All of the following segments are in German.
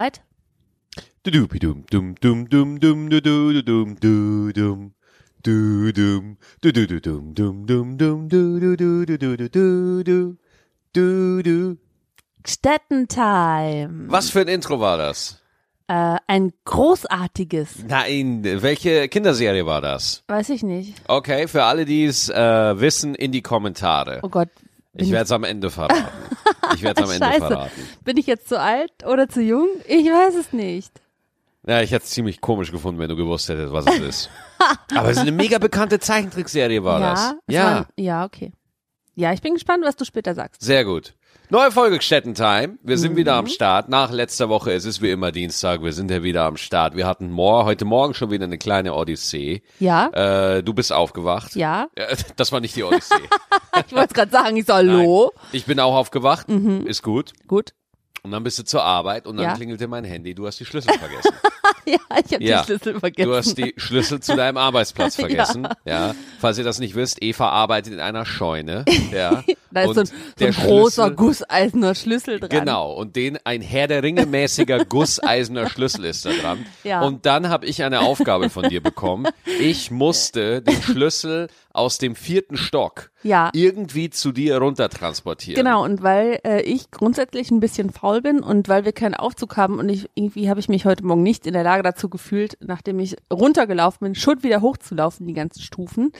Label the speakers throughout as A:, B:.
A: Weit?
B: Dudupidum, dum, dum, dum, dum, du, du, du, dum, du, dum. Du, dum, du, du, du, dum, dum, dum, dum, du, du, du, du, du, du, du, du, du, du.
A: Stettentime.
C: Was für ein Intro war das?
A: Äh, ein großartiges.
C: Nein, welche Kinderserie war das?
A: Weiß ich nicht.
C: Okay, für alle, die es äh, wissen, in die Kommentare.
A: Oh Gott. Bin
C: Ich werde es am Ende verraten. Ich werde es am Ende
A: Scheiße.
C: verraten.
A: Bin ich jetzt zu alt oder zu jung? Ich weiß es nicht.
C: Ja, ich hätte es ziemlich komisch gefunden, wenn du gewusst hättest, was es ist. Aber es ist eine mega bekannte Zeichentrickserie, war
A: ja,
C: das.
A: es
C: Ja,
A: war- ja, okay. Ja, ich bin gespannt, was du später sagst.
C: sehr gut. Neue Folge Gstettentime. Wir sind wieder am
A: Mhm.
C: Start. Nach letzter Woche, es ist wie immer Dienstag, wir sind ja wieder am Start. Wir hatten mor heute Morgen schon wieder eine kleine Odyssee.
A: Ja,
C: Äh, du bist aufgewacht.
A: ja.
C: Äh, Das war nicht die Odyssee.
A: Ich wollte gerade sagen, ich soll hallo.
C: Nein. Ich bin auch aufgewacht. Ist gut.
A: Gut.
C: Und dann bist du zur Arbeit und dann
A: Ja.
C: klingelte mein Handy. Du hast die Schlüssel vergessen.
A: Ja, ich habe
C: Ja.
A: den Schlüssel vergessen.
C: Du hast die Schlüssel zu deinem Arbeitsplatz vergessen. ja. Falls ihr das nicht wisst, Eva arbeitet in einer Scheune. Ja.
A: da ist
C: Und
A: so ein, so
C: der
A: ein großer
C: Schlüssel-
A: gusseisener Schlüssel dran.
C: Genau, und den ein Herr der Ringe mäßiger gusseisener Schlüssel ist da dran.
A: Ja.
C: Und dann habe ich eine Aufgabe von dir bekommen. Ich musste den Schlüssel aus dem vierten Stock
A: Ja.
C: irgendwie zu dir runter transportieren.
A: Ah. Genau, und weil äh, ich grundsätzlich ein bisschen faul bin und weil wir keinen Aufzug haben und ich irgendwie habe ich mich heute Morgen nicht in der Lage dazu gefühlt, nachdem ich runtergelaufen bin, schon wieder hochzulaufen, die ganzen Stufen,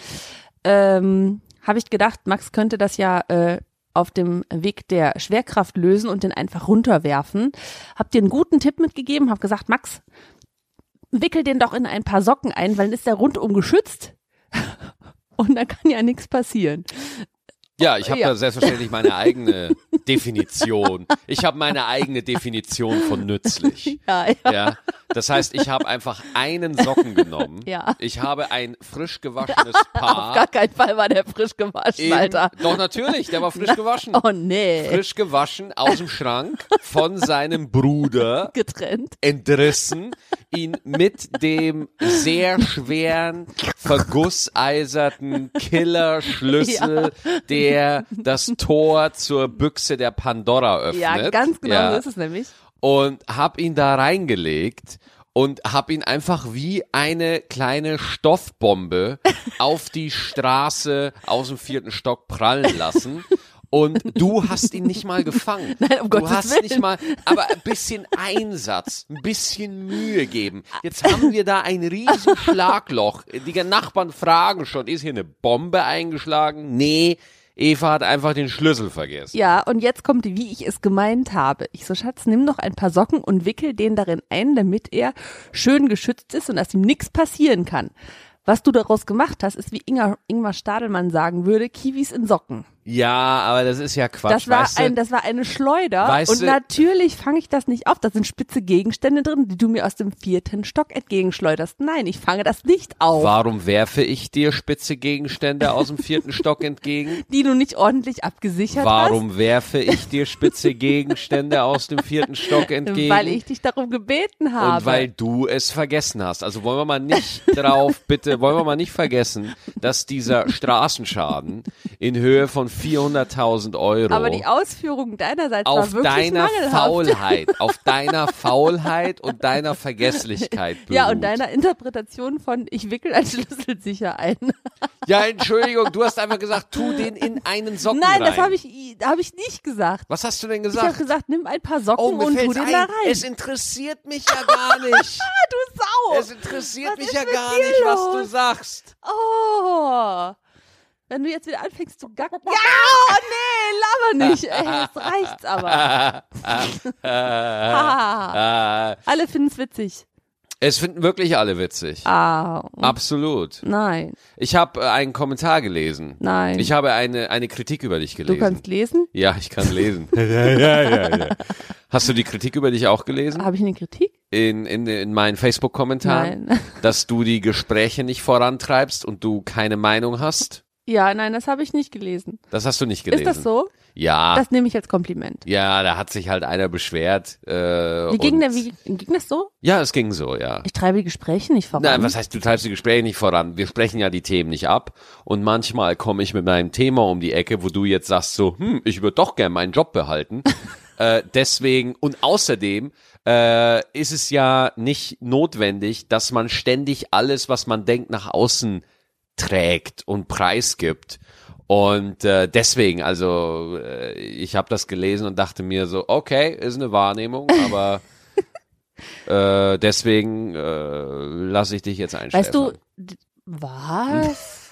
A: ähm, habe ich gedacht, Max könnte das ja äh, auf dem Weg der Schwerkraft lösen und den einfach runterwerfen. Hab dir einen guten Tipp mitgegeben, habe gesagt, Max, wickel den doch in ein paar Socken ein, weil dann ist er rundum geschützt. Und dann kann ja nichts passieren.
C: Ja, ich habe
A: Ja.
C: da selbstverständlich meine eigene Definition. Ich habe meine eigene Definition von nützlich.
A: Ja, ja.
C: Ja, das heißt, ich habe einfach einen Socken genommen.
A: Ja.
C: Ich habe ein frisch gewaschenes
A: Auf gar
C: Paar.
A: keinen Fall war der frisch gewaschen,
C: in-
A: Alter.
C: Doch natürlich, der war frisch gewaschen.
A: Oh nee.
C: Hm. Frisch gewaschen aus dem Schrank von seinem Bruder
A: Getrennt.
C: entrissen, ihn mit dem sehr schweren, vergusseiserten Killerschlüssel, der das Tor zur Büchse der Pandora öffnet.
A: Ja, ganz genau
C: Ja.
A: so ist es nämlich.
C: Und hab ihn da reingelegt und hab ihn einfach wie eine kleine Stoffbombe auf die Straße aus dem vierten Stock prallen lassen. Und du hast ihn nicht mal gefangen.
A: Nein, um
C: du
A: Gottes
C: hast
A: Willen.
C: nicht mal, aber ein bisschen Einsatz, ein bisschen Mühe geben. Jetzt haben wir da ein riesen Schlagloch. Die Nachbarn fragen schon, ist hier eine Bombe eingeschlagen? Nee, Eva hat einfach den Schlüssel vergessen.
A: Ja, und jetzt kommt, die, wie ich es gemeint habe. Ich so, Schatz, nimm noch ein paar Socken und wickel den darin ein, damit er schön geschützt ist und dass ihm nichts passieren kann. Was du daraus gemacht hast, ist, wie Inga, Ingmar Stadelmann sagen würde, Kiwis in Socken.
C: Ja, aber das ist ja Quatsch.
A: Das war,
C: weißt du?
A: ein, das war eine Schleuder
C: Weißt
A: und
C: du-
A: natürlich fange ich das nicht auf. Da sind spitze Gegenstände drin, die du mir aus dem vierten Stock entgegenschleuderst. Nein, ich fange das nicht auf.
C: Warum werfe ich dir spitze Gegenstände aus dem vierten Stock entgegen?
A: die du nicht ordentlich abgesichert
C: Warum werfe ich dir spitze Gegenstände aus dem vierten
A: hast,
C: Stock entgegen?
A: weil ich dich darum gebeten habe.
C: und weil du es vergessen hast. Also wollen wir mal nicht drauf, bitte, wollen wir mal nicht vergessen, dass dieser Straßenschaden in Höhe von 400.000 Euro
A: aber die Ausführung deinerseits war
C: auf
A: wirklich
C: deiner
A: mangelhaft.
C: Faulheit, auf deiner Faulheit und deiner Vergesslichkeit beruht.
A: Ja, und deiner Interpretation von ich wickel einen Schlüssel sicher ein.
C: Ja, Entschuldigung, du hast einfach gesagt, tu den in einen Socken
A: Nein,
C: rein.
A: das habe ich, i- habe ich nicht gesagt.
C: Was hast du denn
A: Ich habe
C: gesagt?
A: gesagt, nimm ein paar Socken
C: Oh, mir
A: und tu
C: fällt's
A: den
C: ein.
A: da rein.
C: Es interessiert mich ja gar nicht.
A: ah, du Sau!
C: Es interessiert
A: Was
C: mich
A: ist
C: ja
A: mit
C: gar
A: dir
C: nicht, was
A: los?
C: du sagst.
A: oh! Wenn du jetzt wieder anfängst zu gacken. Ja! Oh, nee, laber nicht. Ey, das reicht's aber. Ah,
C: Äh,
A: alle finden's witzig.
C: es finden wirklich alle witzig.
A: Ah,
C: Absolut.
A: nein,
C: Ich habe äh, einen Kommentar gelesen.
A: nein.
C: Ich habe eine, eine Kritik über dich
A: du
C: gelesen.
A: kannst lesen?
C: ja, ich kann lesen. ja, ja, ja, ja. Hast du die Kritik über dich auch gelesen?
A: Habe ich eine Kritik?
C: In, in, in meinen Facebook-Kommentaren?
A: Nein.
C: Dass du die Gespräche nicht vorantreibst und du keine Meinung hast?
A: Ja, nein, das habe ich nicht gelesen.
C: Das hast du nicht gelesen. Ah.
A: Ist das so?
C: Ja.
A: Das nehme ich als Kompliment.
C: Ja, da hat sich halt einer beschwert. Äh,
A: Wie ging,
C: und-
A: der, wie ging das so?
C: Ja, es ging so, ja.
A: Ich treibe die Gespräche nicht voran.
C: Nein, was heißt, du treibst die Gespräche nicht voran. Wir sprechen ja die Themen nicht ab. Und manchmal komme ich mit meinem Thema um die Ecke, wo du jetzt sagst so, hm, ich würde doch gern meinen Job behalten. äh, deswegen, und außerdem, äh, ist es ja nicht notwendig, dass man ständig alles, was man denkt, nach außen trägt und preisgibt. Und äh, deswegen, also äh, ich habe das gelesen und dachte mir so, okay, ist eine Wahrnehmung, aber äh, deswegen äh, lasse ich dich jetzt einschlafen.
A: Weißt du, d- was?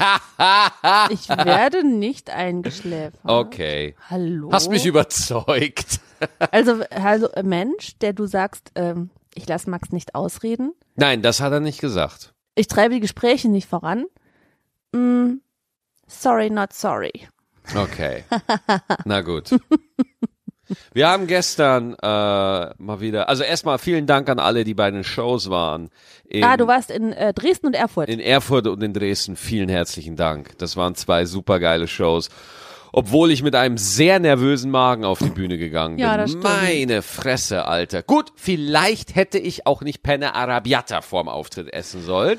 A: ich werde nicht eingeschläfert.
C: Okay.
A: Hallo.
C: Hast mich überzeugt.
A: also, also äh, Mensch, der du sagst, ähm, ich lasse Max nicht ausreden.
C: Nein, das hat er nicht gesagt.
A: Ich treibe die Gespräche nicht voran. Mm, sorry, not sorry.
C: Okay. Na gut. Wir haben gestern äh, mal wieder, also erstmal vielen Dank an alle, die bei den Shows waren. In,
A: ah, du warst in äh, Dresden und Erfurt.
C: in Erfurt und in Dresden. Vielen herzlichen Dank. Das waren zwei supergeile Shows. Obwohl ich mit einem sehr nervösen Magen auf die Bühne gegangen bin.
A: Ja, das stimmt.
C: Meine Fresse, Alter. Gut, vielleicht hätte ich auch nicht Penne Arabiata vorm Auftritt essen sollen.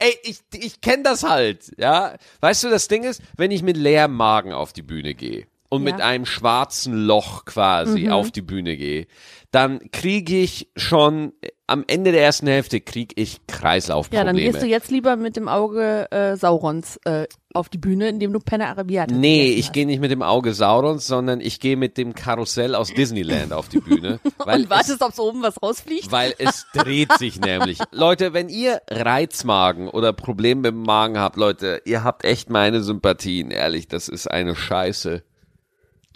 C: Ey, ich, ich kenne das halt, ja. Weißt du, das Ding ist, wenn ich mit leerem Magen auf die Bühne gehe und
A: Ja. Mhm.
C: mit einem schwarzen Loch quasi auf die Bühne gehe, dann kriege ich schon äh, am Ende der ersten Hälfte kriege ich Kreislaufprobleme.
A: ja, dann gehst du jetzt lieber mit dem Auge äh, Saurons äh, auf die Bühne, indem du Penne Arabiata
C: Nee,
A: gegessen
C: ich
A: hast.
C: gehe nicht mit dem Auge Saurons, sondern ich gehe mit dem Karussell aus Disneyland auf die Bühne. Weil
A: Und wartest, ob oben was rausfliegt?
C: Es, weil es dreht sich nämlich. Leute, wenn ihr Reizmagen oder Probleme mit dem Magen habt, Leute, ihr habt echt meine Sympathien, ehrlich, das ist eine Scheiße.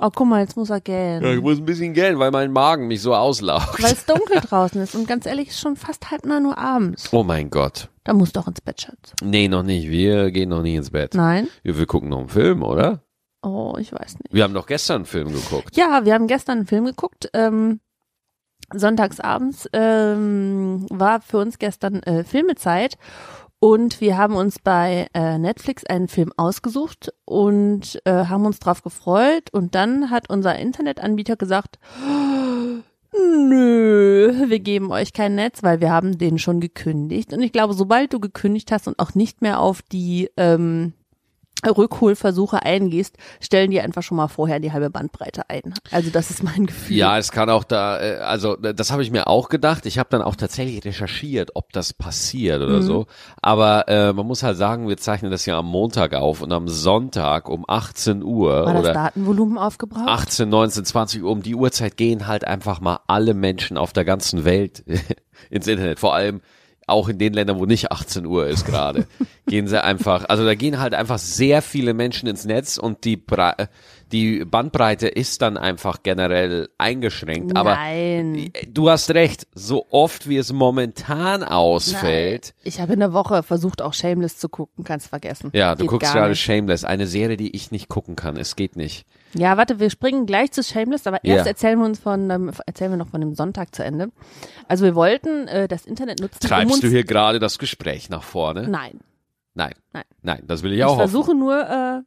A: Oh, guck mal, jetzt muss er gähnen.
C: Ja, ich muss ein bisschen gähnen, weil mein Magen mich so auslaugt.
A: Weil es dunkel draußen ist und ganz ehrlich, es ist schon fast halb neun Uhr abends.
C: Oh mein Gott.
A: Da musst du auch ins Bett, Schatz.
C: Nee, noch nicht. Wir gehen noch nicht ins Bett.
A: Nein?
C: Wir, wir gucken noch einen Film, oder?
A: Oh, ich weiß nicht.
C: Wir haben doch gestern einen Film geguckt.
A: Ja, wir haben gestern einen Film geguckt. Ähm, sonntagsabends ähm, war für uns gestern äh, Filmezeit und wir haben uns bei äh, Netflix einen Film ausgesucht und äh, haben uns drauf gefreut und dann hat unser Internetanbieter gesagt, nö, wir geben euch kein Netz, weil wir haben den schon gekündigt und ich glaube, sobald du gekündigt hast und auch nicht mehr auf die ähm, Rückholversuche eingehst, stellen die einfach schon mal vorher die halbe Bandbreite ein. Also das ist mein Gefühl.
C: Ja, es kann auch da, äh, also äh, das habe ich mir auch gedacht. Ich habe dann auch tatsächlich recherchiert, ob das passiert oder
A: Mhm.
C: so. Aber äh, man muss halt sagen, wir zeichnen das ja am Montag auf und am Sonntag um 18 Uhr
A: War das
C: oder
A: Datenvolumen aufgebraucht?
C: 18, 19, 20 Uhr um die Uhrzeit gehen halt einfach mal alle Menschen auf der ganzen Welt ins Internet. Vor allem auch in den Ländern, wo nicht 18 Uhr ist gerade, gehen sie einfach, also da gehen halt einfach sehr viele Menschen ins Netz und die, Bre die Bandbreite ist dann einfach generell eingeschränkt. Aber
A: Nein.
C: du hast recht, so oft wie es momentan ausfällt,
A: Ich habe in der Woche versucht, auch Shameless zu gucken, kannst vergessen.
C: ja, du
A: Geht
C: guckst
A: gar
C: gerade
A: nicht.
C: Shameless, eine Serie, die ich nicht gucken kann, es geht nicht.
A: Ja, warte, wir springen gleich zu Shameless, aber erst
C: Ja.
A: erzählen wir uns von, ähm, erzählen wir noch von dem Sonntag zu Ende. Also wir wollten äh, das Internet nutzen, um uns
C: Treibst du hier gerade das Gespräch nach vorne?
A: Nein,
C: Nein.
A: Nein.
C: Nein, das will ich
A: ich
C: auch hoffen.
A: versuche nur,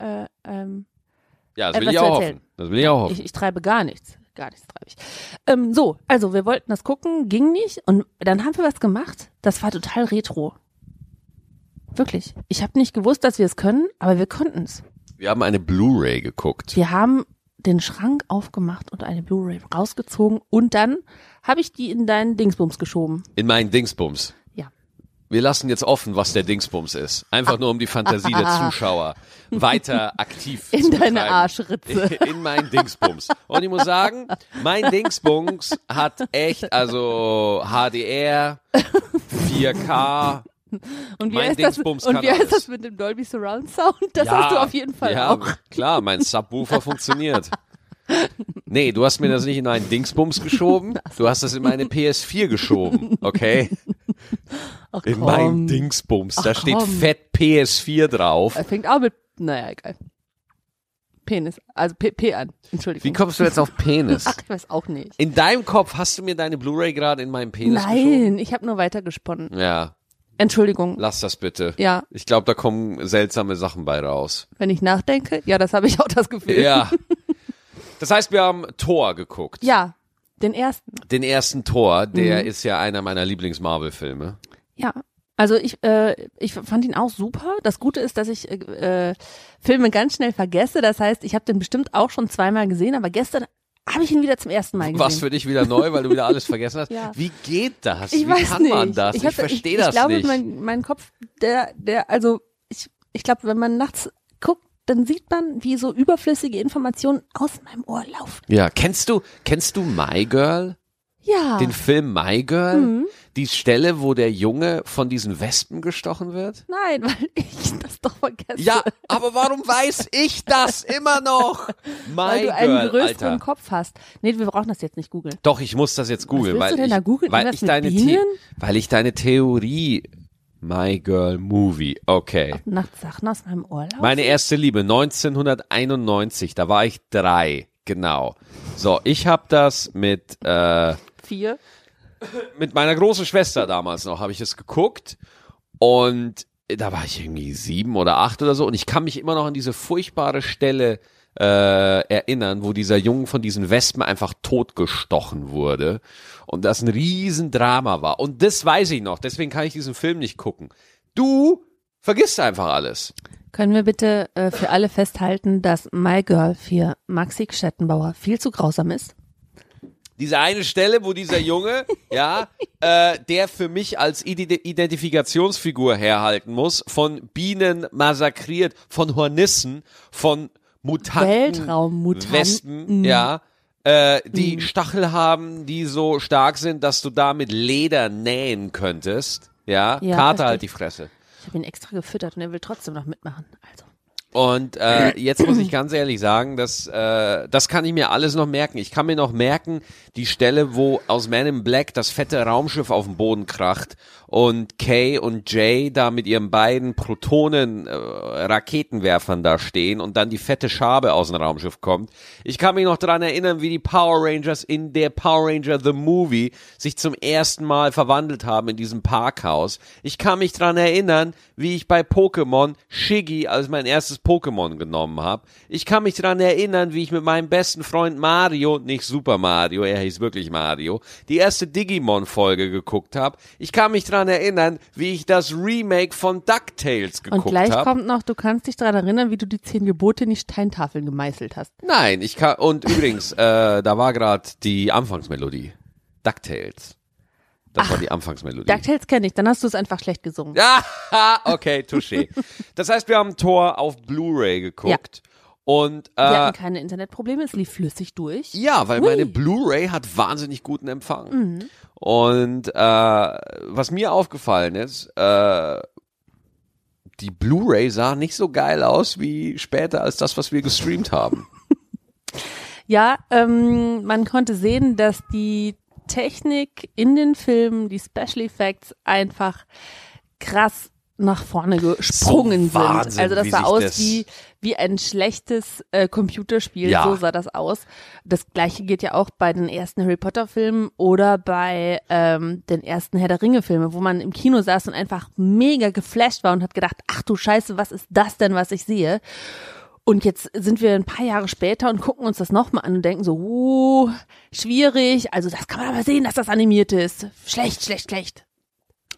A: äh, äh, ähm,
C: Ja, das will
A: etwas
C: ich
A: zu
C: auch
A: erzählen.
C: hoffen. Das will ich auch hoffen.
A: Ich, ich treibe gar nichts. Gar nichts treibe ich. Ähm, so, also wir wollten das gucken, ging nicht. Und dann haben wir was gemacht. Das war total retro. Wirklich. Ich habe nicht gewusst, dass wir es können, aber wir konnten es.
C: Wir haben eine Blu-ray geguckt.
A: Wir haben den Schrank aufgemacht und eine Blu-ray rausgezogen und dann habe ich die in deinen Dingsbums geschoben.
C: In meinen Dingsbums.
A: Ja. Ah.
C: Wir lassen jetzt offen, was der Dingsbums ist. Einfach nur um die Fantasie der Zuschauer weiter aktiv zu
A: In deine
C: betreiben.
A: Arschritze.
C: In meinen Dingsbums. Und ich muss sagen, mein Dingsbums hat echt, also HDR, 4K.
A: Und wie
C: Mein
A: heißt das,
C: Dingsbums
A: und
C: kann
A: wie heißt
C: alles.
A: das mit dem Dolby Surround Sound? Das
C: ja,
A: hast du auf jeden Fall
C: ja,
A: auch.
C: klar, mein Subwoofer funktioniert. Nee, du hast mir das nicht in einen Dingsbums geschoben, du hast das in meine PS4 geschoben, okay?
A: Ach,
C: In
A: Oh, komm.
C: meinen Dingsbums, da
A: Ach,
C: steht
A: komm.
C: fett PS4 drauf.
A: Er fängt auch mit, naja, egal. Penis, also P, P an, Entschuldigung.
C: Wie kommst du jetzt auf Penis?
A: Ach, ich weiß auch nicht.
C: In deinem Kopf hast du mir deine Blu-ray gerade in meinen Penis geschoben?
A: Nein, ich habe nur weitergesponnen.
C: Ja,
A: Entschuldigung.
C: lass das bitte.
A: Ja,
C: Ich glaube, da kommen seltsame Sachen bei raus.
A: wenn ich nachdenke, ja, das habe ich auch das Gefühl.
C: Ja. Das heißt, wir haben Tor geguckt.
A: Ja, den ersten.
C: Den ersten Tor,
A: Mhm.
C: der ist ja einer meiner Lieblings-Marvel-Filme.
A: Ja. Also ich, äh, ich fand ihn auch super. Das Gute ist, dass ich äh, äh, Filme ganz schnell vergesse. Das heißt, ich habe den bestimmt auch schon zweimal gesehen, aber gestern habe ich ihn wieder zum ersten Mal gesehen.
C: Was für dich wieder neu, weil du wieder alles vergessen hast.
A: Ja.
C: Wie geht das?
A: ich
C: Wie
A: weiß
C: kann
A: nicht.
C: man das? Ich,
A: hab-
C: verstehe
A: ich,
C: das
A: Ich glaube,
C: nicht.
A: Mein, mein Kopf, der, der, also ich, ich glaube, wenn man nachts guckt, dann sieht man, wie so überflüssige Informationen aus meinem Ohr laufen.
C: ja, kennst du, kennst du My Girl?
A: Ja.
C: Den Film My Girl?
A: Ah. Mhm.
C: Die Stelle, wo der Junge von diesen Wespen gestochen wird?
A: Nein, weil ich das doch vergesse.
C: Ja, aber warum weiß ich das immer noch? My
A: weil du einen
C: Girl,
A: größeren
C: Alter.
A: Kopf hast. Nee, wir brauchen das jetzt nicht googeln.
C: Doch, ich muss das jetzt googeln,
A: willst
C: weil,
A: du denn
C: ich,
A: da googeln?
C: weil,
A: Irgendwas
C: ich
A: mit
C: deine The
A: Bienen?
C: weil ich deine Theorie My Girl Movie, okay.
A: Nachts Sachen aus meinem Ohr laufen.
C: Meine erste Liebe, 1991, da war ich drei, genau. So, ich habe das mit, äh,
A: Vier.
C: mit meiner großen Schwester damals noch, habe ich es geguckt und da war ich irgendwie sieben oder acht oder so und ich kann mich immer noch an diese furchtbare Stelle äh, erinnern, wo dieser Junge von diesen Wespen einfach totgestochen wurde und das ein Riesendrama war. Und das weiß ich noch, deswegen kann ich diesen Film nicht gucken. Du vergisst einfach alles.
A: Können wir bitte äh, für alle festhalten, dass My Girl 4 Maxi Schettenbauer viel zu grausam ist?
C: Diese eine Stelle, wo dieser Junge, ja, äh, der für mich als Ide Identifikationsfigur herhalten muss, von Bienen massakriert, von Hornissen, von Mutanten,
A: Weltraummutanten. Mhm.
C: Wespen, ja, äh, die Stachel haben, die so stark sind, dass du da mit Leder nähen könntest. Ja,
A: Ja,
C: Kater
A: verstehe.
C: halt die Fresse.
A: Ich habe ihn extra gefüttert und er will trotzdem noch mitmachen. Also.
C: Und äh, jetzt muss ich ganz ehrlich sagen, dass, äh, das kann ich mir alles noch merken. Ich kann mir noch merken, die Stelle, wo aus Man in Black das fette Raumschiff auf den Boden kracht und Kay und Jay da mit ihren beiden Protonen-Raketenwerfern da stehen und dann die fette Schabe aus dem Raumschiff kommt. Ich kann mich noch dran erinnern, wie die Power Rangers in der Power Ranger The Movie sich zum ersten Mal verwandelt haben in diesem Parkhaus. Ich kann mich dran erinnern, wie ich bei Pokémon Shiggy als mein erstes Pokémon genommen habe. Ich kann mich dran erinnern, wie ich mit meinem besten Freund Mario, nicht Super Mario, er hieß wirklich Mario, die erste Digimon-Folge geguckt habe. Ich kann mich dran erinnern, wie ich das Remake von DuckTales
A: Und
C: geguckt
A: gleich
C: habe.
A: kommt noch, du kannst dich daran erinnern, wie du die zehn Gebote in die Steintafeln gemeißelt hast.
C: Nein, ich kann. Und übrigens, äh, da war gerade die Anfangsmelodie. DuckTales. Das war die Anfangsmelodie.
A: DuckTales kenne ich, dann hast du es einfach schlecht gesungen.
C: Ah, okay, touché. Das heißt, wir haben Tor auf Blu-ray geguckt. Und
A: Wir
C: äh,
A: hatten keine Internetprobleme, es lief flüssig durch.
C: ja, weil
A: Hui. Mhm.
C: meine Blu-ray hat wahnsinnig guten Empfang. Und äh, was mir aufgefallen ist, äh, die Blu-ray sah nicht so geil aus wie später als das, was wir gestreamt haben.
A: Ja, ähm, man konnte sehen, dass die Technik in den Filmen, die Special Effects einfach krass nach vorne gesprungen
C: So Wahnsinn,
A: sind. Also das
C: wie
A: sah
C: sich
A: aus
C: das-
A: wie wie ein schlechtes äh, Computerspiel,
C: Ja.
A: so sah das aus. Das gleiche geht ja auch bei den ersten Harry Potter Filmen oder bei ähm, den ersten Herr der Ringe Filmen, wo man im Kino saß und einfach mega geflasht war und hat gedacht, ach du Scheiße, was ist das denn, was ich sehe? Und jetzt sind wir ein paar Jahre später und gucken uns das nochmal an und denken so, uh, schwierig. Also das kann man aber sehen, dass das animiert ist. Schlecht, schlecht, schlecht.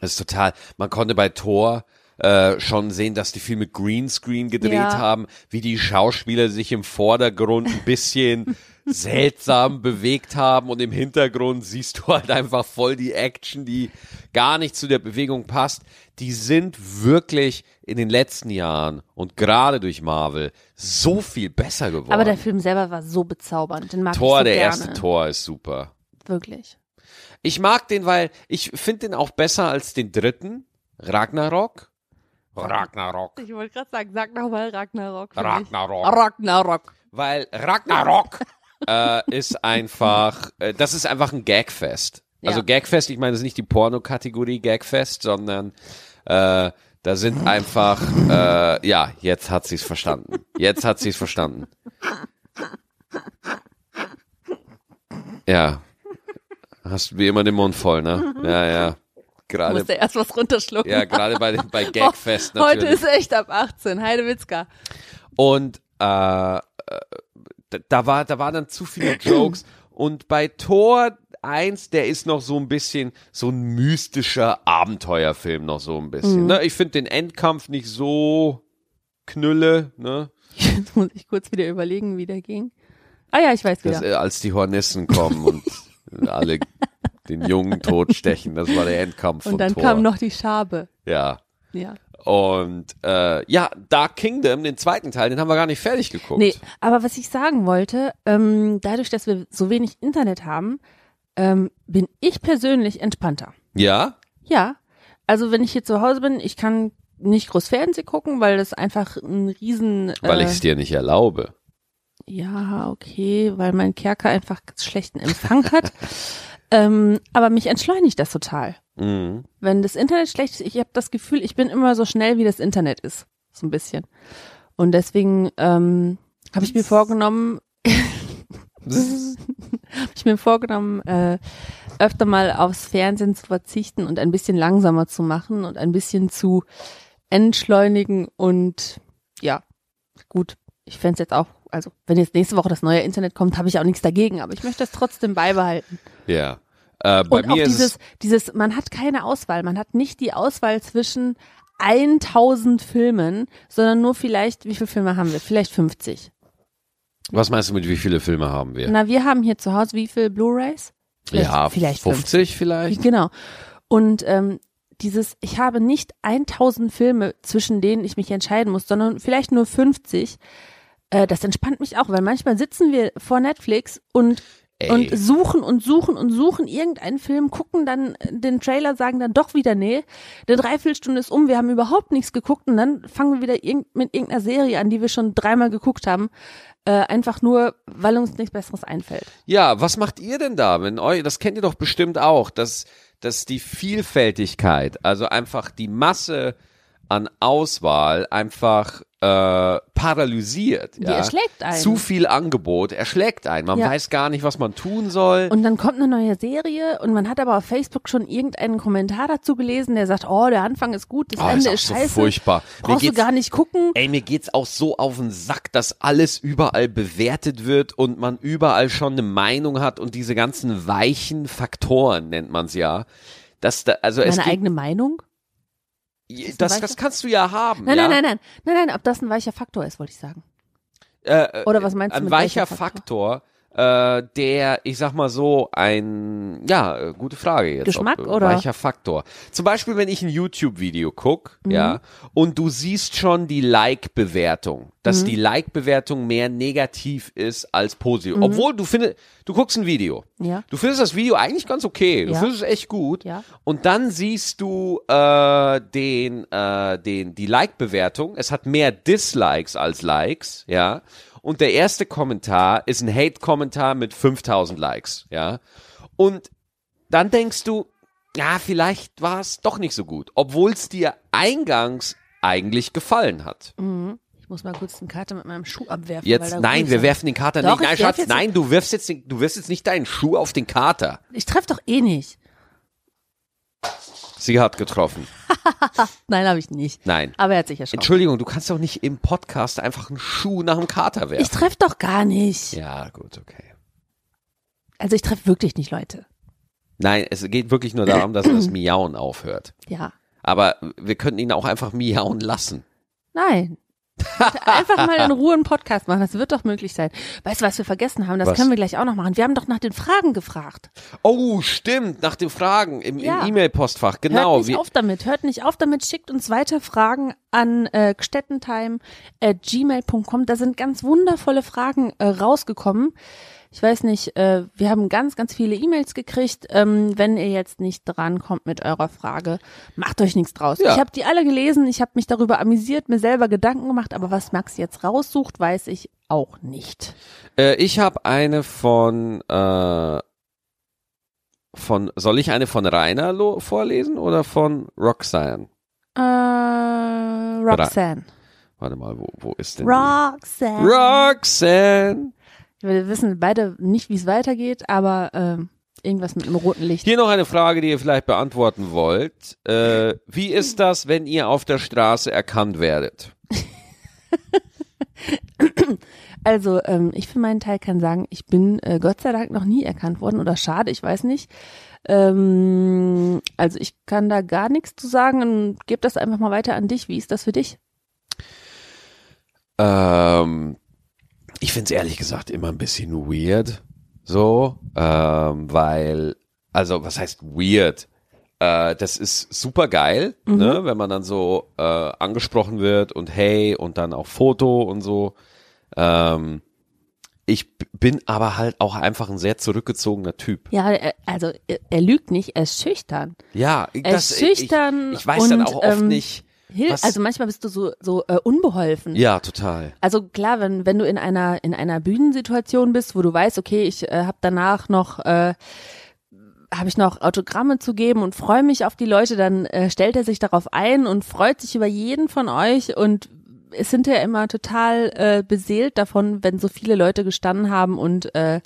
C: Das ist total. Man konnte bei Thor äh, schon sehen, dass die viel mit Greenscreen gedreht
A: Ja.
C: haben, wie die Schauspieler sich im Vordergrund ein bisschen seltsam bewegt haben und im Hintergrund siehst du halt einfach voll die Action, die gar nicht zu der Bewegung passt. Die sind wirklich in den letzten Jahren und gerade durch Marvel so viel besser geworden.
A: Aber der Film selber war so bezaubernd. Den mag ich
C: Thor,
A: so
C: der
A: gerne.
C: erste Thor ist super.
A: Wirklich.
C: Ich mag den, weil ich finde den auch besser als den dritten. Ragnarok. Ragnarok.
A: Ich wollte gerade sagen, sag nochmal Ragnarok.
C: Ragnarok.
A: Ragnarok.
C: Weil Ragnarok äh, ist einfach, äh, das ist einfach ein Gagfest. Also
A: Ja.
C: Gagfest, ich meine, das ist nicht die Porno-Kategorie Gagfest, sondern äh, da sind einfach, äh, ja, jetzt hat sie es verstanden. Jetzt hat sie es verstanden. Ja. Hast wie immer den Mund voll, ne? Ja, ja. Gerade,
A: Musste erst was runterschlucken.
C: ja, gerade bei, den- bei Gagfest natürlich.
A: Heute ist echt ab 18. Heide Witzka.
C: Und äh, äh, da- da war, da waren dann zu viele Jokes. Und bei Tor 1, der ist noch so ein bisschen so ein mystischer Abenteuerfilm, noch so ein bisschen.
A: Mhm.
C: Ne? Ich finde den Endkampf nicht so knülle, ne?
A: Jetzt muss ich kurz wieder überlegen, wie der ging. Ah ja, ich weiß
C: Das,
A: wieder.
C: äh, als die Hornissen kommen und alle den Jungen totstechen. Das war der Endkampf von
A: Und dann
C: Thor.
A: kam noch die Schabe.
C: ja.
A: Ja.
C: Und äh, ja, Dark Kingdom, den zweiten Teil, den haben wir gar nicht fertig geguckt.
A: Nee, aber was ich sagen wollte, ähm, dadurch, dass wir so wenig Internet haben, ähm, bin ich persönlich entspannter.
C: Ja?
A: Ja. Also wenn ich hier zu Hause bin, ich kann nicht groß Fernsehen gucken, weil das einfach ein riesen äh,
C: Weil ich es dir nicht erlaube.
A: Ja, okay, weil mein Kerker einfach schlechten Empfang hat. ähm, aber mich entschleunigt das total.
C: Mhm.
A: Wenn das Internet schlecht ist, ich habe das Gefühl, ich bin immer so schnell, wie das Internet ist. So ein bisschen. Und deswegen ähm, habe ich mir vorgenommen, habe ich mir vorgenommen, äh, öfter mal aufs Fernsehen zu verzichten und ein bisschen langsamer zu machen und ein bisschen zu entschleunigen und ja, gut. Ich fänd's jetzt auch, also wenn jetzt nächste Woche das neue Internet kommt, habe ich auch nichts dagegen, aber ich möchte das trotzdem beibehalten.
C: Ja. Äh, bei
A: Und auch
C: mir ist
A: dieses,
C: es,
A: dieses, man hat keine Auswahl, man hat nicht die Auswahl zwischen 1000 Filmen, sondern nur vielleicht, wie viele Filme haben wir? Vielleicht 50.
C: was meinst du mit wie viele Filme haben wir?
A: Na, wir haben hier zu Hause wie viele Blu-rays? Vielleicht,
C: ja,
A: vielleicht 50.
C: 50 vielleicht?
A: Genau. Und ähm, dieses, ich habe nicht 1000 Filme, zwischen denen ich mich entscheiden muss, sondern vielleicht nur 50. Äh, das entspannt mich auch, weil manchmal sitzen wir vor Netflix und
C: Ey.
A: und suchen und suchen und suchen irgendeinen Film, gucken dann äh, den Trailer, sagen dann doch wieder, nee, eine Dreiviertelstunde ist um, wir haben überhaupt nichts geguckt und dann fangen wir wieder irgend, mit irgendeiner Serie an, die wir schon dreimal geguckt haben, äh, einfach nur, weil uns nichts Besseres einfällt.
C: Ja, was macht ihr denn da? Wenn eu, das kennt ihr doch bestimmt auch, dass, dass die Vielfältigkeit, also einfach die Masse an Auswahl einfach äh, paralysiert.
A: Die
C: ja?
A: erschlägt einen.
C: Zu viel Angebot erschlägt einen. Man
A: Ja.
C: weiß gar nicht, was man tun soll.
A: Und dann kommt eine neue Serie und man hat aber auf Facebook schon irgendeinen Kommentar dazu gelesen, der sagt, oh, der Anfang ist gut, das
C: Oh, ist
A: Ende
C: auch
A: ist
C: so
A: scheiße.
C: furchtbar. Mir
A: Brauchst du
C: geht's-
A: gar nicht gucken.
C: Ey, mir geht's auch so auf den Sack, dass alles überall bewertet wird und man überall schon eine Meinung hat und diese ganzen weichen Faktoren nennt man's ja. Dass da, also es
A: Meine
C: gibt,
A: eigene Meinung?
C: das,
A: weicher-
C: das kannst du ja haben.
A: Nein,
C: ja?
A: nein, nein, nein, nein, nein, ob das ein weicher Faktor ist, wollte ich sagen.
C: äh,
A: Oder was meinst du
C: ein
A: mit
C: weicher
A: welchem
C: Faktor, äh, der, ich sag mal so, ein, ja, äh, gute Frage jetzt.
A: Geschmack
C: ob, äh,
A: oder?
C: Weicher Faktor. Zum Beispiel, wenn ich ein YouTube-Video guck,
A: Mhm.
C: ja, und du siehst schon die Like-Bewertung, dass
A: Mhm.
C: die Like-Bewertung mehr negativ ist als positiv. Obwohl du findest, du guckst ein Video.
A: Mhm. Ja.
C: Du findest das Video eigentlich ganz okay. Du
A: Ja.
C: findest es echt gut.
A: Ja.
C: Und dann siehst du äh, den, äh, den, die Like-Bewertung. Es hat mehr Dislikes als Likes, ja. Und der erste Kommentar ist ein Hate-Kommentar mit 5000 Likes, ja. Und dann denkst du, ja, vielleicht war es doch nicht so gut, obwohl es dir eingangs eigentlich gefallen hat.
A: Ich muss mal kurz den Kater mit meinem Schuh abwerfen. weil
C: Jetzt,
A: Mhm, da
C: nein,
A: Grüße-
C: wir werfen den Kater
A: Doch,
C: nicht. Nein,
A: ich werf
C: Schatz,
A: jetzt-
C: nein, du wirfst jetzt, den- du wirfst jetzt nicht deinen Schuh auf den Kater.
A: Ich treffe doch eh nicht.
C: Sie hat getroffen.
A: Nein, habe ich nicht.
C: Nein.
A: Aber er hat sich ja schon.
C: Entschuldigung, du kannst doch nicht im Podcast einfach einen Schuh nach dem Kater
A: Ich
C: werfen.
A: treffe doch gar nicht.
C: Ja, gut, okay.
A: Also ich treffe wirklich nicht Leute.
C: Nein, es geht wirklich nur darum, dass das Miauen aufhört.
A: Ja.
C: Aber wir könnten ihn auch einfach miauen lassen.
A: Nein. Einfach mal in Ruhe einen Podcast machen. Das wird doch möglich sein. Weißt du, was wir vergessen haben? Das
C: Was?
A: können wir gleich auch noch machen. Wir haben doch nach den Fragen gefragt.
C: Oh, stimmt, nach den Fragen im,
A: Ja.
C: im E-Mail-Postfach,
A: hört
C: genau.
A: nicht
C: wir-
A: auf damit. Hört nicht auf damit. Schickt uns weiter Fragen an äh, gstettentime@gmail.com. Da sind ganz wundervolle Fragen äh, rausgekommen. Ich weiß nicht, äh, wir haben ganz, ganz viele E-Mails gekriegt. Ähm, wenn ihr jetzt nicht drankommt mit eurer Frage, macht euch nichts draus.
C: Ja.
A: Ich habe die alle gelesen, ich habe mich darüber amüsiert, mir selber Gedanken gemacht, aber was Max jetzt raussucht, weiß ich auch nicht.
C: Äh, ich habe eine von äh, von soll ich eine von Rainer lo vorlesen oder von Roxanne?
A: Äh, Roxanne.
C: Warte mal, wo, wo ist denn die?
A: Roxanne.
C: Roxanne?
A: Wir wissen beide nicht, wie es weitergeht, aber ähm, irgendwas mit einem roten Licht.
C: Hier noch eine Frage, die ihr vielleicht beantworten wollt. Äh, wie ist das, wenn ihr auf der Straße erkannt werdet?
A: Also ähm, ich für meinen Teil kann sagen, ich bin äh, Gott sei Dank noch nie erkannt worden oder schade, ich weiß nicht. Ähm, also ich kann da gar nichts zu sagen und gebe das einfach mal weiter an dich. Wie ist das für dich?
C: Ähm, Ich find's ehrlich gesagt immer ein bisschen weird. So, ähm, weil, also was heißt weird? Äh, das ist super geil, ne? wenn man dann so äh, angesprochen wird und hey und dann auch Foto und so. Ähm, ich b- bin aber halt auch einfach ein sehr zurückgezogener Typ.
A: Ja, er, also er, er lügt nicht, er ist schüchtern.
C: Ja,
A: Er
C: das,
A: ist
C: ich, ich
A: schüchtern
C: weiß dann
A: und,
C: auch oft
A: ähm,
C: nicht.
A: Hil
C: was-
A: also manchmal bist du so, so äh, unbeholfen.
C: Ja, total.
A: Also klar, wenn, wenn du in einer, in einer Bühnensituation bist, wo du weißt, okay, ich äh, habe danach noch, äh, habe ich noch Autogramme zu geben und freue mich auf die Leute, dann äh, stellt er sich darauf ein und freut sich über jeden von euch und ist hinterher immer total äh, beseelt davon, wenn so viele Leute gestanden haben und äh,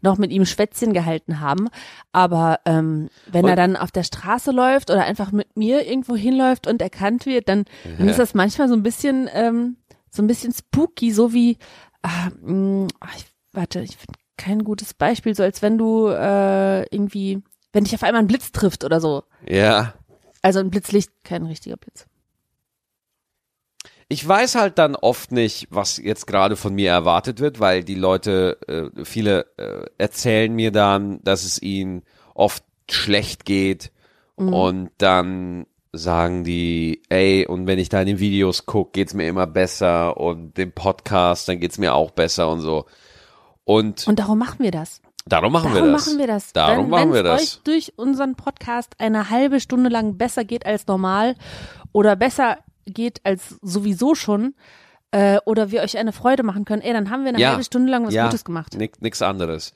A: noch mit ihm Schwätzchen gehalten haben. Aber ähm, wenn
C: Und-
A: er dann auf der Straße läuft oder einfach mit mir irgendwo hinläuft und erkannt wird, dann, dann ist das manchmal so ein bisschen ähm, so ein bisschen spooky, so wie ah, mh, ach, ich, warte, ich finde kein gutes Beispiel, so als wenn du äh, irgendwie, wenn dich auf einmal ein Blitz trifft oder so.
C: Ja.
A: Also ein Blitzlicht, kein richtiger Blitz.
C: Ich weiß halt dann oft nicht, was jetzt gerade von mir erwartet wird, weil die Leute, äh, viele äh, erzählen mir dann, dass es ihnen oft schlecht geht
A: Mhm.
C: und dann sagen die, ey, und wenn ich deine Videos gucke, geht's mir immer besser und den Podcast, dann geht's mir auch besser und so. Und,
A: Und darum machen wir das.
C: darum machen
A: Darum
C: wir das.
A: machen wir das.
C: Darum
A: Wenn-
C: machen wir
A: wenn's
C: das.
A: euch durch unseren Podcast eine halbe Stunde lang besser geht als normal oder besser geht als sowieso schon äh, oder wir euch eine Freude machen können, ey, dann haben wir eine
C: Ja.
A: halbe Stunde lang was
C: ja,
A: Gutes gemacht.
C: Nix, nix anderes.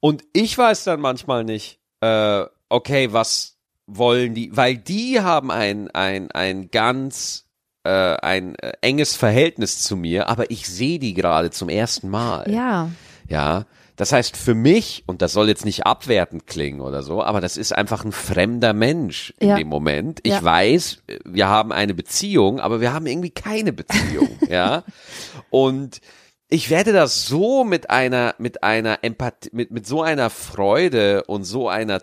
C: Und ich weiß dann manchmal nicht, äh, okay, was wollen die, weil die haben ein, ein, ein ganz äh, ein äh, enges Verhältnis zu mir, aber ich sehe die gerade zum ersten Mal.
A: Ja,
C: Ja. Das heißt, für mich, und das soll jetzt nicht abwertend klingen oder so, aber das ist einfach ein fremder Mensch in
A: Ja.
C: dem Moment. Ich
A: Ja.
C: weiß, wir haben eine Beziehung, aber wir haben irgendwie keine Beziehung, ja. Und ich werde das so mit einer, mit einer Empathie, mit, mit so einer Freude und so einer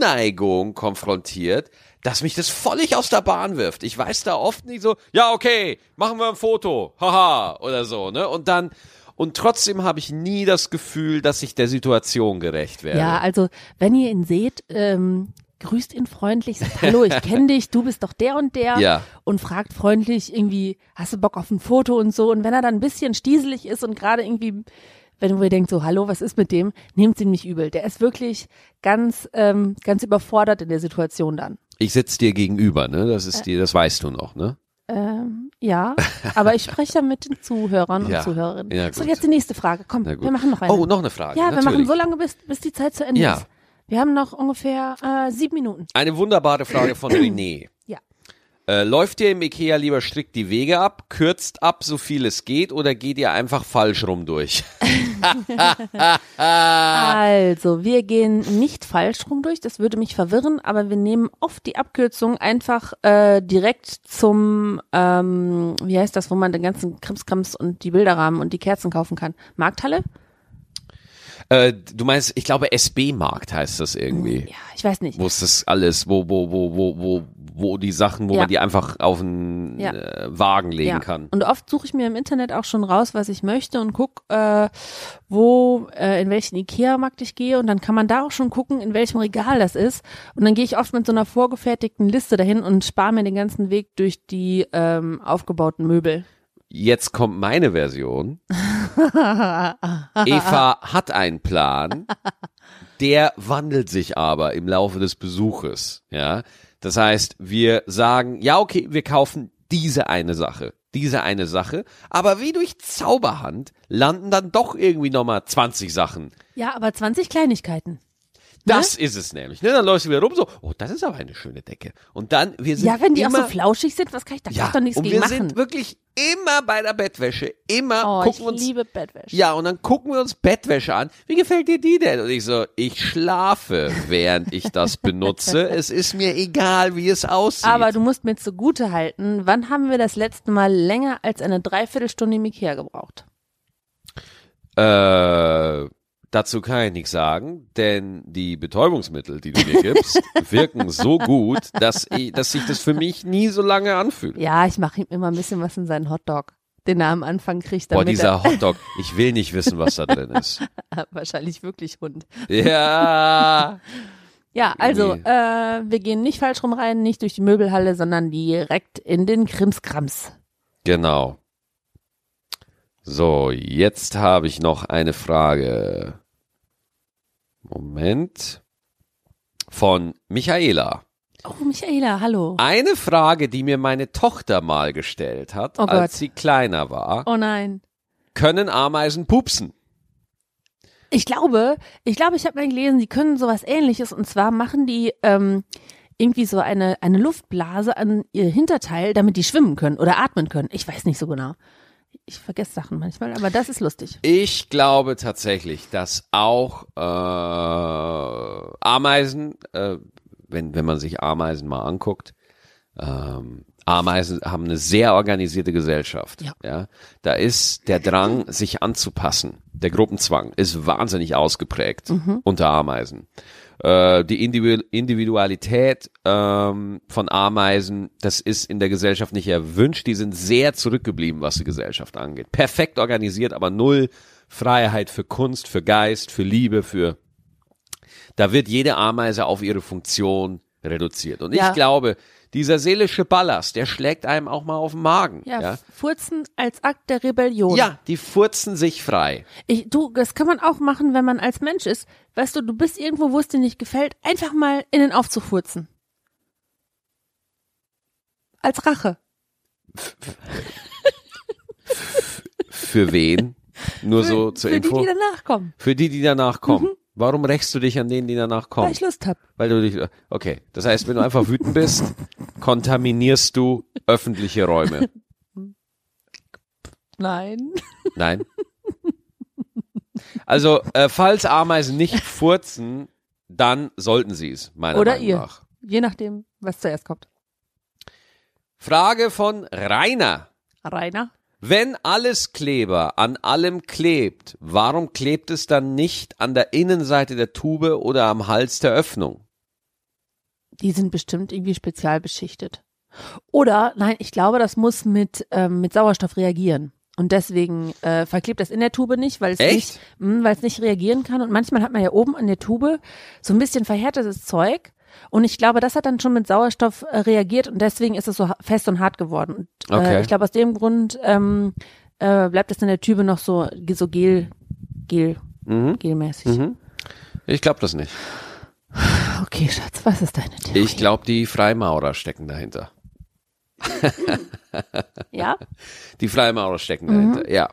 C: Zuneigung konfrontiert, dass mich das völlig aus der Bahn wirft. Ich weiß da oft nicht so, ja, okay, machen wir ein Foto, haha, oder so, ne? Und dann, und trotzdem habe ich nie das Gefühl, dass ich der Situation gerecht werde.
A: ja, also wenn ihr ihn seht, ähm, grüßt ihn freundlich, sagt Hallo, ich kenne dich, du bist doch der und der
C: Ja.
A: und fragt freundlich irgendwie, hast du Bock auf ein Foto und so. Und wenn er dann ein bisschen stieselig ist und gerade irgendwie, wenn ihr denkt so, Hallo, was ist mit dem, nehmt ihn nicht übel. Der ist wirklich ganz, ähm, ganz überfordert in der Situation dann.
C: Ich sitze dir gegenüber, ne? Das
A: Äh.
C: ist dir, das weißt du noch, ne?
A: Ähm, ja, aber ich spreche ja mit den Zuhörern
C: Ja.
A: und Zuhörerinnen.
C: Ja,
A: so,
C: gut.
A: jetzt die nächste Frage. Komm,
C: Na gut.
A: wir machen noch eine.
C: Oh, noch eine Frage.
A: ja, wir
C: Natürlich.
A: machen so lange, bis, bis die Zeit zu Ende
C: Ja.
A: ist. Wir haben noch ungefähr äh, sieben Minuten.
C: Eine wunderbare Frage von René.
A: Ja.
C: Äh, läuft ihr im Ikea lieber strikt die Wege ab, kürzt ab, so viel es geht, oder geht ihr einfach falsch rum durch? Ah.
A: Also, wir gehen nicht falsch rum durch, das würde mich verwirren, aber wir nehmen oft die Abkürzung einfach äh, direkt zum, ähm, wie heißt das, wo man den ganzen Krimskrams und die Bilderrahmen und die Kerzen kaufen kann. Markthalle?
C: Äh, du meinst, ich glaube, SB-Markt heißt das irgendwie.
A: Ja, ich weiß nicht.
C: Wo ist das alles, wo, wo, wo, wo, wo, wo die Sachen, wo
A: Ja.
C: man die einfach auf den
A: Ja.
C: äh, Wagen legen
A: ja.
C: kann.
A: Und oft suche ich mir im Internet auch schon raus, was ich möchte und guck, äh, wo, äh, in welchen Ikea-Markt ich gehe und dann kann man da auch schon gucken, in welchem Regal das ist. Und dann gehe ich oft mit so einer vorgefertigten Liste dahin und spare mir den ganzen Weg durch die ähm, aufgebauten Möbel.
C: Jetzt kommt meine Version. Eva hat einen Plan, der wandelt sich aber im Laufe des Besuches. Ja, das heißt, wir sagen, ja okay, wir kaufen diese eine Sache, diese eine Sache, aber wie durch Zauberhand landen dann doch irgendwie nochmal 20 Sachen.
A: Ja, aber 20 Kleinigkeiten.
C: Das ist es nämlich. Ne? Dann läufst du wieder rum so, oh, das ist aber eine schöne Decke. Und dann, wir sind
A: Ja, wenn die auch
C: immer,
A: so flauschig sind, was kann ich da kann
C: ja,
A: ich doch nichts
C: und
A: gegen
C: wir
A: machen.
C: sind wirklich immer bei der Bettwäsche, immer
A: oh, ich
C: gucken uns
A: liebe Bettwäsche.
C: ja, und dann gucken wir uns Bettwäsche an. Wie gefällt dir die denn? Und ich so, ich schlafe, während ich das benutze. Es ist mir egal, wie es aussieht.
A: Aber du musst mir zugute halten, wann haben wir das letzte Mal länger als eine Dreiviertelstunde im Ikea gebraucht?
C: äh, dazu kann ich nichts sagen, denn die Betäubungsmittel, die du mir gibst, wirken so gut, dass, ich, dass sich das für mich nie so lange anfühlt.
A: Ja, ich mache ihm immer ein bisschen was in seinen Hotdog. den Namen Anfang kriegt,
C: Boah,
A: damit
C: dieser Hotdog. Ich will nicht wissen, was da drin ist.
A: er wahrscheinlich wirklich Hund.
C: Ja.
A: Ja, also
C: Nee.
A: äh, wir gehen nicht falsch rum rein, nicht durch die Möbelhalle, sondern direkt in den Krimskrams.
C: Genau. So, jetzt habe ich noch eine Frage. Moment. Von Michaela.
A: Oh, Michaela, hallo.
C: Eine Frage, die mir meine Tochter mal gestellt hat,
A: Oh Gott.
C: als sie kleiner war.
A: Oh nein.
C: Können Ameisen pupsen?
A: Ich glaube, ich glaube, ich habe mal gelesen, die können sowas ähnliches und zwar machen die ähm, irgendwie so eine, eine Luftblase an ihr Hinterteil, damit die schwimmen können oder atmen können. Ich weiß nicht so genau. Ich vergesse Sachen manchmal, aber das ist lustig.
C: Ich glaube tatsächlich, dass auch äh, Ameisen, äh, wenn, wenn man sich Ameisen mal anguckt, ähm, Ameisen haben eine sehr organisierte Gesellschaft.
A: Ja.
C: Da ist der Drang, sich anzupassen. Der Gruppenzwang ist wahnsinnig ausgeprägt unter Ameisen. Äh, die Individu Individualität ähm, von Ameisen, das ist in der Gesellschaft nicht erwünscht. Die sind sehr zurückgeblieben, was die Gesellschaft angeht. Perfekt organisiert, aber null Freiheit für Kunst, für Geist, für Liebe, für da wird jede Ameise auf ihre Funktion reduziert. Und
A: Ja.
C: ich glaube, dieser seelische Ballast, der schlägt einem auch mal auf den Magen.
A: Ja,
C: Ja, ja?
A: Furzen als Akt der Rebellion.
C: die furzen sich frei.
A: Ich, du, das kann man auch machen, wenn man als Mensch ist. Weißt du, du bist irgendwo, wo es dir nicht gefällt, einfach mal in den Aufzug furzen. Als Rache.
C: Für wen? Nur so Also zur
A: für
C: Info.
A: die, die danach kommen,
C: für die, die danach kommen. Warum rächst du dich an denen, die danach
A: weil
C: kommen?
A: Mhm. ich Lust hab.
C: Weil du dich, okay. Das heißt, wenn du einfach wütend bist, kontaminierst du öffentliche Räume.
A: Nein.
C: Nein. Also, äh, falls Ameisen nicht furzen, dann sollten sie es, meiner
A: Oder
C: Meinung
A: ihr.
C: nach.
A: Je nachdem, was zuerst kommt.
C: Frage von Rainer.
A: Rainer?
C: Wenn alles Kleber an allem klebt, warum klebt es dann nicht an der Innenseite der Tube oder am Hals der Öffnung?
A: Die sind bestimmt irgendwie spezial beschichtet. Oder, nein, ich glaube, das muss mit, ähm, mit Sauerstoff reagieren. Und deswegen äh, verklebt das in der Tube nicht, weil es
C: Echt?
A: nicht, mh, weil es nicht reagieren kann. Und manchmal hat man ja oben an der Tube so ein bisschen verhärtetes Zeug. Und ich glaube, das hat dann schon mit Sauerstoff äh, reagiert und deswegen ist es so ha- fest und hart geworden. Und, äh,
C: Okay.
A: Ich glaube, aus dem Grund ähm, äh, bleibt es in der Tube noch so, so gel, gel,
C: Mhm.
A: gelmäßig.
C: Ich glaube das nicht.
A: Okay, Schatz, was ist deine Theorie?
C: Ich glaube, die Freimaurer stecken dahinter.
A: ja?
C: Die Freimaurer
A: Mhm.
C: stecken dahinter, ja.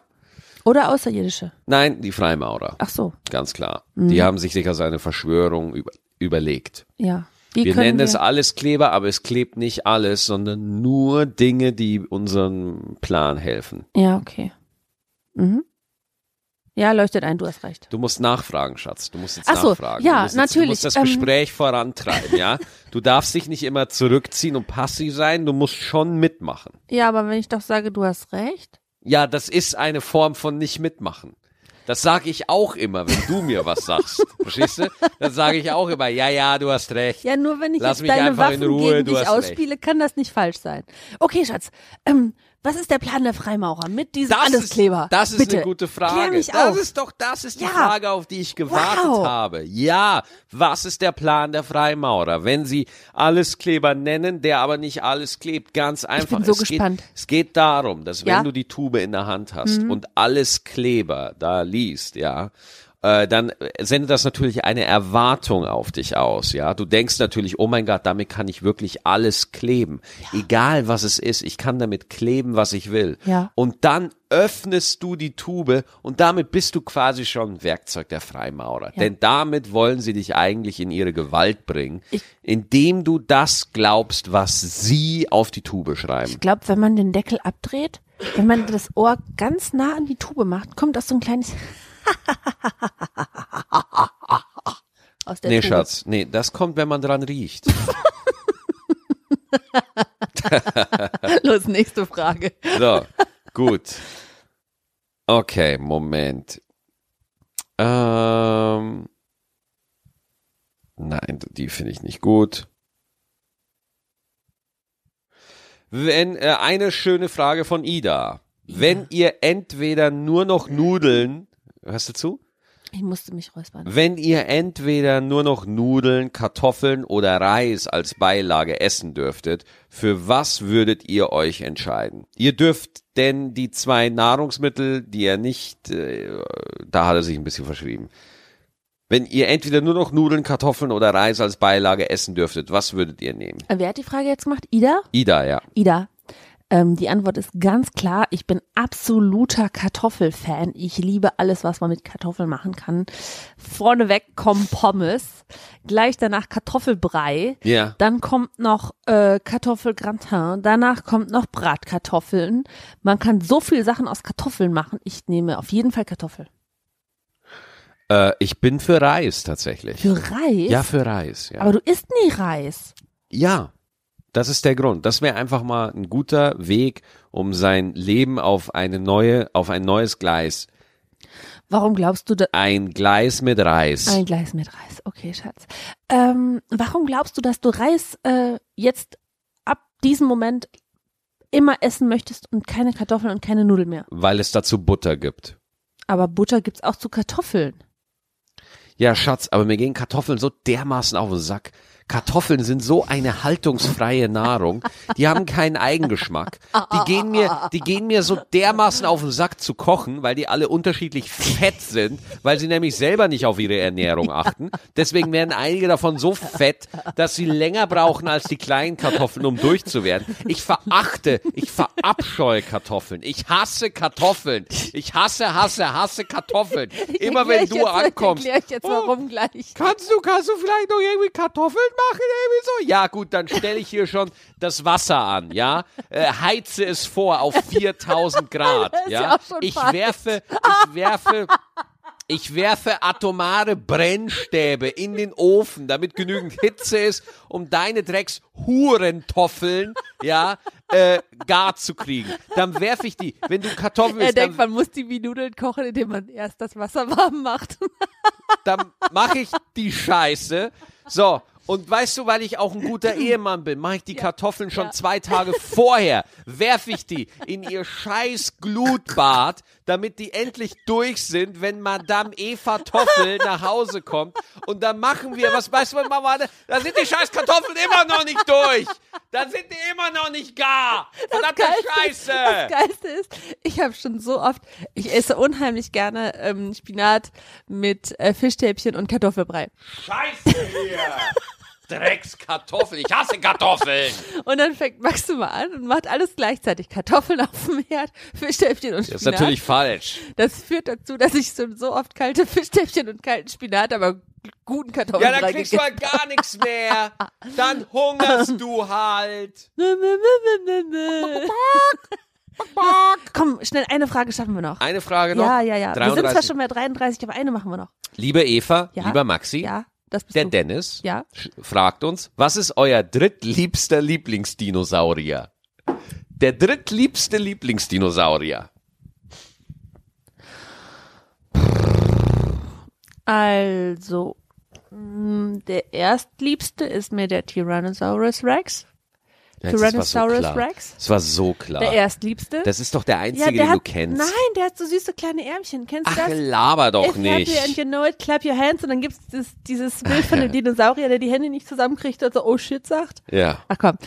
A: Oder außerirdische.
C: Nein, die Freimaurer,
A: Ach so,
C: ganz klar.
A: Mhm.
C: Die haben sich sicher seine Verschwörung über überlegt.
A: ja. Wie
C: wir
A: können
C: nennen
A: wir
C: es alles Kleber, aber es klebt nicht alles, sondern nur Dinge, die unserem Plan helfen.
A: Ja, okay. Mhm. Ja, leuchtet ein, du hast recht.
C: Du musst nachfragen, Schatz. Du musst jetzt
A: Ach so,
C: nachfragen.
A: ja,
C: du musst jetzt, Du
A: natürlich,
C: musst das
A: ähm.
C: Gespräch vorantreiben, ja. Du darfst dich nicht immer zurückziehen und passiv sein. Du musst schon mitmachen.
A: Ja, aber wenn ich doch sage, du hast recht.
C: Ja, das ist eine Form von nicht mitmachen. Das sage ich auch immer, wenn du mir was sagst. Verstehst du? Dann sage ich auch immer, ja, ja, du hast recht.
A: Ja, nur wenn ich
C: Lass
A: jetzt
C: mich
A: deine
C: einfach
A: Waffen
C: in Ruhe,
A: gegen
C: du
A: dich
C: hast recht.
A: ausspiele, kann das nicht falsch sein. Okay, Schatz, ähm, was ist der Plan der Freimaurer mit diesem
C: Das
A: Alleskleber?
C: ist, das ist
A: Bitte,
C: eine gute Frage.
A: Klär mich
C: das
A: auf.
C: ist doch, das ist die
A: Ja.
C: Frage, auf die ich gewartet
A: Wow.
C: habe. Ja, was ist der Plan der Freimaurer? Wenn sie Alleskleber nennen, der aber nicht alles klebt, ganz einfach.
A: bin so
C: es
A: gespannt.
C: Geht, es geht darum, dass wenn
A: Ja. Mhm.
C: du die Tube in der Hand hast und Alleskleber da liest, ja, äh, dann sendet das natürlich eine Erwartung auf dich aus, ja. Du denkst natürlich, oh mein Gott, damit kann ich wirklich alles kleben. Egal was es ist, ich kann damit kleben, was ich will.
A: Ja.
C: Und dann öffnest du die Tube und damit bist du quasi schon ein Werkzeug der Freimaurer. Denn damit wollen sie dich eigentlich in ihre Gewalt bringen, indem du das glaubst, was sie auf die Tube schreiben.
A: Ich glaube, wenn man den Deckel abdreht, wenn man das Ohr ganz nah an die Tube macht, kommt das so ein kleines aus der
C: Nee,
A: Tube.
C: Schatz, nee, das kommt, wenn man dran riecht.
A: Los, nächste Frage.
C: So, gut. Okay, Moment. Ähm, nein, die finde ich nicht gut. Wenn äh, eine schöne Frage von Ida. Wenn ihr entweder nur noch Nudeln, hörst du zu?
A: Ich musste mich räuspern.
C: Wenn ihr entweder nur noch Nudeln, Kartoffeln oder Reis als Beilage essen dürftet, für was würdet ihr euch entscheiden? Ihr dürft denn die zwei Nahrungsmittel, die er nicht, äh, da hat er sich ein bisschen verschrieben. Wenn ihr entweder nur noch Nudeln, Kartoffeln oder Reis als Beilage essen dürftet, was würdet ihr nehmen?
A: Äh, Wer hat die Frage jetzt gemacht? Ida?
C: Ida, ja.
A: Ida. Ähm, die Antwort ist ganz klar. Ich bin absoluter Kartoffelfan. Ich liebe alles, was man mit Kartoffeln machen kann. Vorneweg kommen Pommes, gleich danach Kartoffelbrei,
C: Ja.
A: dann kommt noch äh, Kartoffelgratin, danach kommt noch Bratkartoffeln. Man kann so viel Sachen aus Kartoffeln machen. Ich nehme auf jeden Fall Kartoffeln.
C: Äh, ich bin für Reis tatsächlich.
A: Für Reis?
C: Ja, für Reis. Ja.
A: Aber du isst nie Reis.
C: Ja, das ist der Grund. Das wäre einfach mal ein guter Weg, um sein Leben auf eine neue, auf ein neues Gleis.
A: Warum glaubst du, da,
C: Ein Gleis mit Reis.
A: Ein Gleis mit Reis, okay, Schatz. Ähm, warum glaubst du, dass du Reis äh, jetzt ab diesem Moment immer essen möchtest und keine Kartoffeln und keine Nudeln mehr?
C: weil es dazu Butter gibt.
A: Aber Butter gibt's auch zu Kartoffeln.
C: Ja, Schatz, aber mir gehen Kartoffeln so dermaßen auf den Sack. Kartoffeln sind so eine haltungsfreie Nahrung. Die haben keinen Eigengeschmack. Die gehen mir, die gehen mir so dermaßen auf den Sack zu kochen, weil die alle unterschiedlich fett sind, weil sie nämlich selber nicht auf ihre Ernährung achten. Deswegen werden einige davon so fett, dass sie länger brauchen als die kleinen Kartoffeln, um durchzuwerden. Ich verachte, ich verabscheue Kartoffeln. Ich hasse Kartoffeln. Ich hasse, hasse, hasse Kartoffeln. Immer wenn du ankommst.
A: Erkläre ich jetzt
C: Oh,
A: warum gleich.
C: Kannst du, kannst du vielleicht noch irgendwie Kartoffeln machen, irgendwie so? Ja, gut, dann stelle ich hier schon das Wasser an, ja? Äh, heize es vor auf 4000 Grad,
A: ist
C: ja?
A: ja auch schon
C: ich
A: falsch.
C: werfe, ich werfe, ich werfe atomare Brennstäbe in den Ofen, damit genügend Hitze ist, um deine Drecks Hurentoffeln, ja, äh, gar zu kriegen. Dann werfe ich die, wenn du Kartoffeln
A: Er
C: isst, dann
A: denkt, man muss die wie Nudeln kochen, indem man erst das Wasser warm macht.
C: dann mache ich die Scheiße. So. Und weißt du, weil ich auch ein guter Ehemann bin, mache ich die Kartoffeln schon zwei Tage vorher, werfe ich die in ihr scheiß Glutbad, damit die endlich durch sind, wenn Madame Eva Toffel nach Hause kommt. Und dann machen wir, was weißt du, was Mama, da sind die scheiß Kartoffeln immer noch nicht durch. Da sind die immer noch nicht gar. Verdammte Scheiße.
A: Das Geilste ist, ich habe schon so oft, ich esse unheimlich gerne ähm, Spinat mit äh, Fischstäbchen und Kartoffelbrei.
C: Scheiße hier. Dreckskartoffeln. Ich hasse Kartoffeln.
A: Und dann fängt Max immer an und macht alles gleichzeitig. Kartoffeln auf dem Herd, Fischstäbchen und
C: Das ist
A: Spinat.
C: natürlich falsch.
A: das führt dazu, dass ich so, so oft kalte Fischstäbchen und kalten Spinat, aber guten Kartoffeln
C: Ja, dann kriegst du halt gar nichts mehr. Dann hungerst du halt.
A: Komm, schnell, eine Frage schaffen wir noch.
C: Eine Frage noch.
A: Ja, ja, ja. Wir sind
C: 33.
A: zwar schon bei 33, aber eine machen wir noch.
C: Liebe Eva,
A: Ja?
C: lieber Maxi,
A: Ja, das bist
C: der
A: du.
C: Dennis
A: Ja.
C: sch- fragt uns, was ist euer drittliebster Lieblingsdinosaurier? Der drittliebste Lieblingsdinosaurier.
A: Also, mh, der erstliebste ist mir der Tyrannosaurus Rex.
C: Jetzt, das war
A: Tyrannosaurus
C: so klar.
A: Rex?
C: Das war so klar.
A: Der erstliebste.
C: Ah. das ist doch der einzige,
A: ja, der
C: den
A: hat,
C: du kennst.
A: Nein, der hat so süße kleine Ärmchen. Kennst
C: Ach,
A: du das?
C: laber doch
A: If happy and
C: nicht.
A: you know it, clap your hands. Und dann gibt's das, dieses Bild von dem Dinosaurier, der die Hände nicht zusammenkriegt und so, oh shit, sagt.
C: Ja.
A: Ach komm.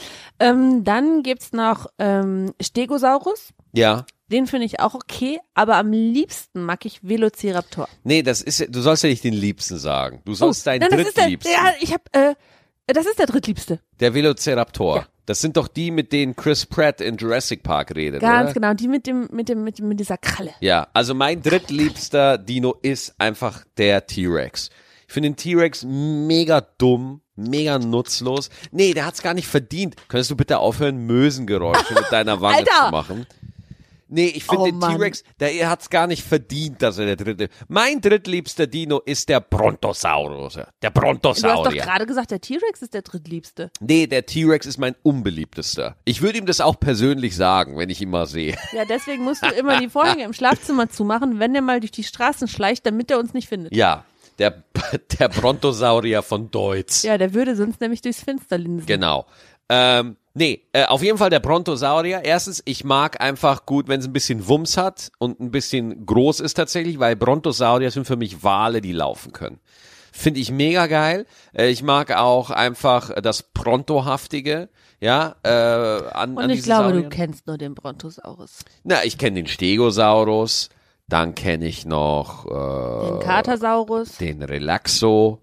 A: Ähm, dann gibt's noch ähm, Stegosaurus.
C: Ja.
A: Den finde ich auch okay, aber am liebsten mag ich Velociraptor.
C: Nee, das ist, du sollst ja nicht den Liebsten sagen. Du sollst deinen
A: Oh, nein, das ist der,
C: drittliebsten.
A: ja, ich hab, äh, das ist der drittliebste.
C: Der Velociraptor.
A: Ja.
C: Das sind doch die, mit denen Chris Pratt in Jurassic Park redet,
A: Ganz
C: oder?
A: genau, die mit dem, mit dem, mit, dem- mit dieser Kralle.
C: Ja, also mein drittliebster Dino ist einfach der T-Rex. Ich finde den T-Rex mega dumm, mega nutzlos. Nee, der hat's gar nicht verdient. Könntest du bitte aufhören, Mösengeräusche mit deiner Wange
A: Alter!
C: zu machen? Nee, ich finde
A: Oh,
C: den
A: Mann.
C: T-Rex, der hat's gar nicht verdient, dass er der dritte. Mein drittliebster Dino ist der Brontosaurus.
A: Du
C: Der
A: hast doch
C: Brontosaurier.
A: gerade gesagt, der T-Rex ist der drittliebste.
C: Nee, der T-Rex ist mein unbeliebtester. Ich würde ihm das auch persönlich sagen, wenn ich ihn mal sehe.
A: Ja, deswegen musst du immer die Vorhänge im Schlafzimmer zumachen, wenn der mal durch die Straßen schleicht, damit er uns nicht findet.
C: Ja, der, der Brontosaurier von Deutz.
A: Ja, der würde sonst nämlich durchs Fenster linsen.
C: Genau. Ähm, nee, äh, auf jeden Fall der Brontosaurier. Erstens, ich mag einfach gut, wenn es ein bisschen Wumms hat und ein bisschen groß ist tatsächlich, weil Brontosaurier sind für mich Wale, die laufen können. Finde ich mega geil. Äh, ich mag auch einfach äh, das Prontohaftige. Ja, äh, an,
A: Und
C: an
A: ich
C: diesen
A: glaube, du
C: Sauriern.
A: kennst nur den Brontosaurus.
C: Na, ich kenne den Stegosaurus, dann kenne ich noch äh,
A: Den Katasaurus.
C: den Relaxo,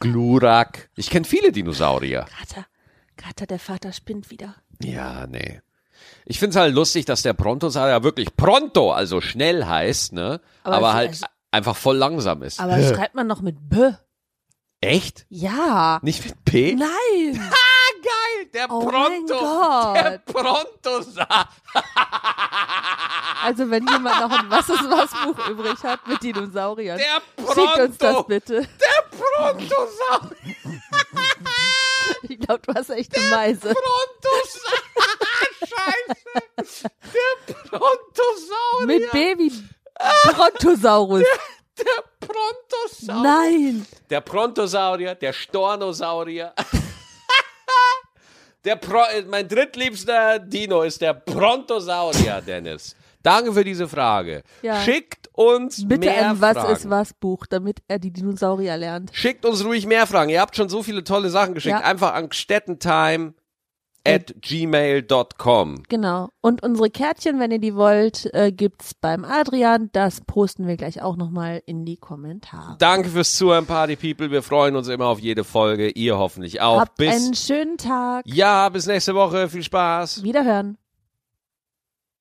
C: Glurak. Ich kenne viele Dinosaurier.
A: Kater. Kater, der Vater spinnt wieder.
C: Ja, nee. Ich find's halt lustig, dass der Brontosaurier wirklich pronto, also schnell heißt, ne?
A: Aber
C: Aber,
A: es-
C: halt
A: es-
C: einfach voll langsam ist.
A: Aber schreibt man noch mit B.
C: Echt?
A: Ja.
C: Nicht mit P?
A: Nein.
C: Geil, der
A: Oh mein
C: Pronto.
A: Gott.
C: Der Brontosaurier.
A: Also wenn jemand noch ein Was ist was Buch übrig hat mit Dinosauriern,
C: Der
A: schickt uns das
C: Pronto.
A: bitte.
C: Der Brontosaurier.
A: Ich glaube, du hast echt eine Meise.
C: Brontosaurier. Scheiße. Der Brontosaurier.
A: Mit Baby Brontosaurus.
C: der Brontosaurier.
A: Nein.
C: Der Prontosaurier, der Stornosaurier. der Pro äh, mein drittliebster Dino ist der Prontosaurier, Dennis. Danke für diese Frage.
A: Ja.
C: Schickt uns
A: Bitte
C: mehr
A: ein Was
C: Fragen.
A: ist was Buch, damit er die Dinosaurier lernt.
C: Schickt uns ruhig mehr Fragen. Ihr habt schon so viele tolle Sachen geschickt.
A: Ja.
C: Einfach an stettentime at gmail.com.
A: Genau. Und unsere Kärtchen, wenn ihr die wollt, äh, gibt's beim Adrian. Das posten wir gleich auch nochmal in die Kommentare.
C: Danke fürs Zuhören, Party People. Wir freuen uns immer auf jede Folge. Ihr hoffentlich auch.
A: Habt
C: bis
A: einen schönen Tag.
C: ja, bis nächste Woche. Viel Spaß.
A: Wiederhören.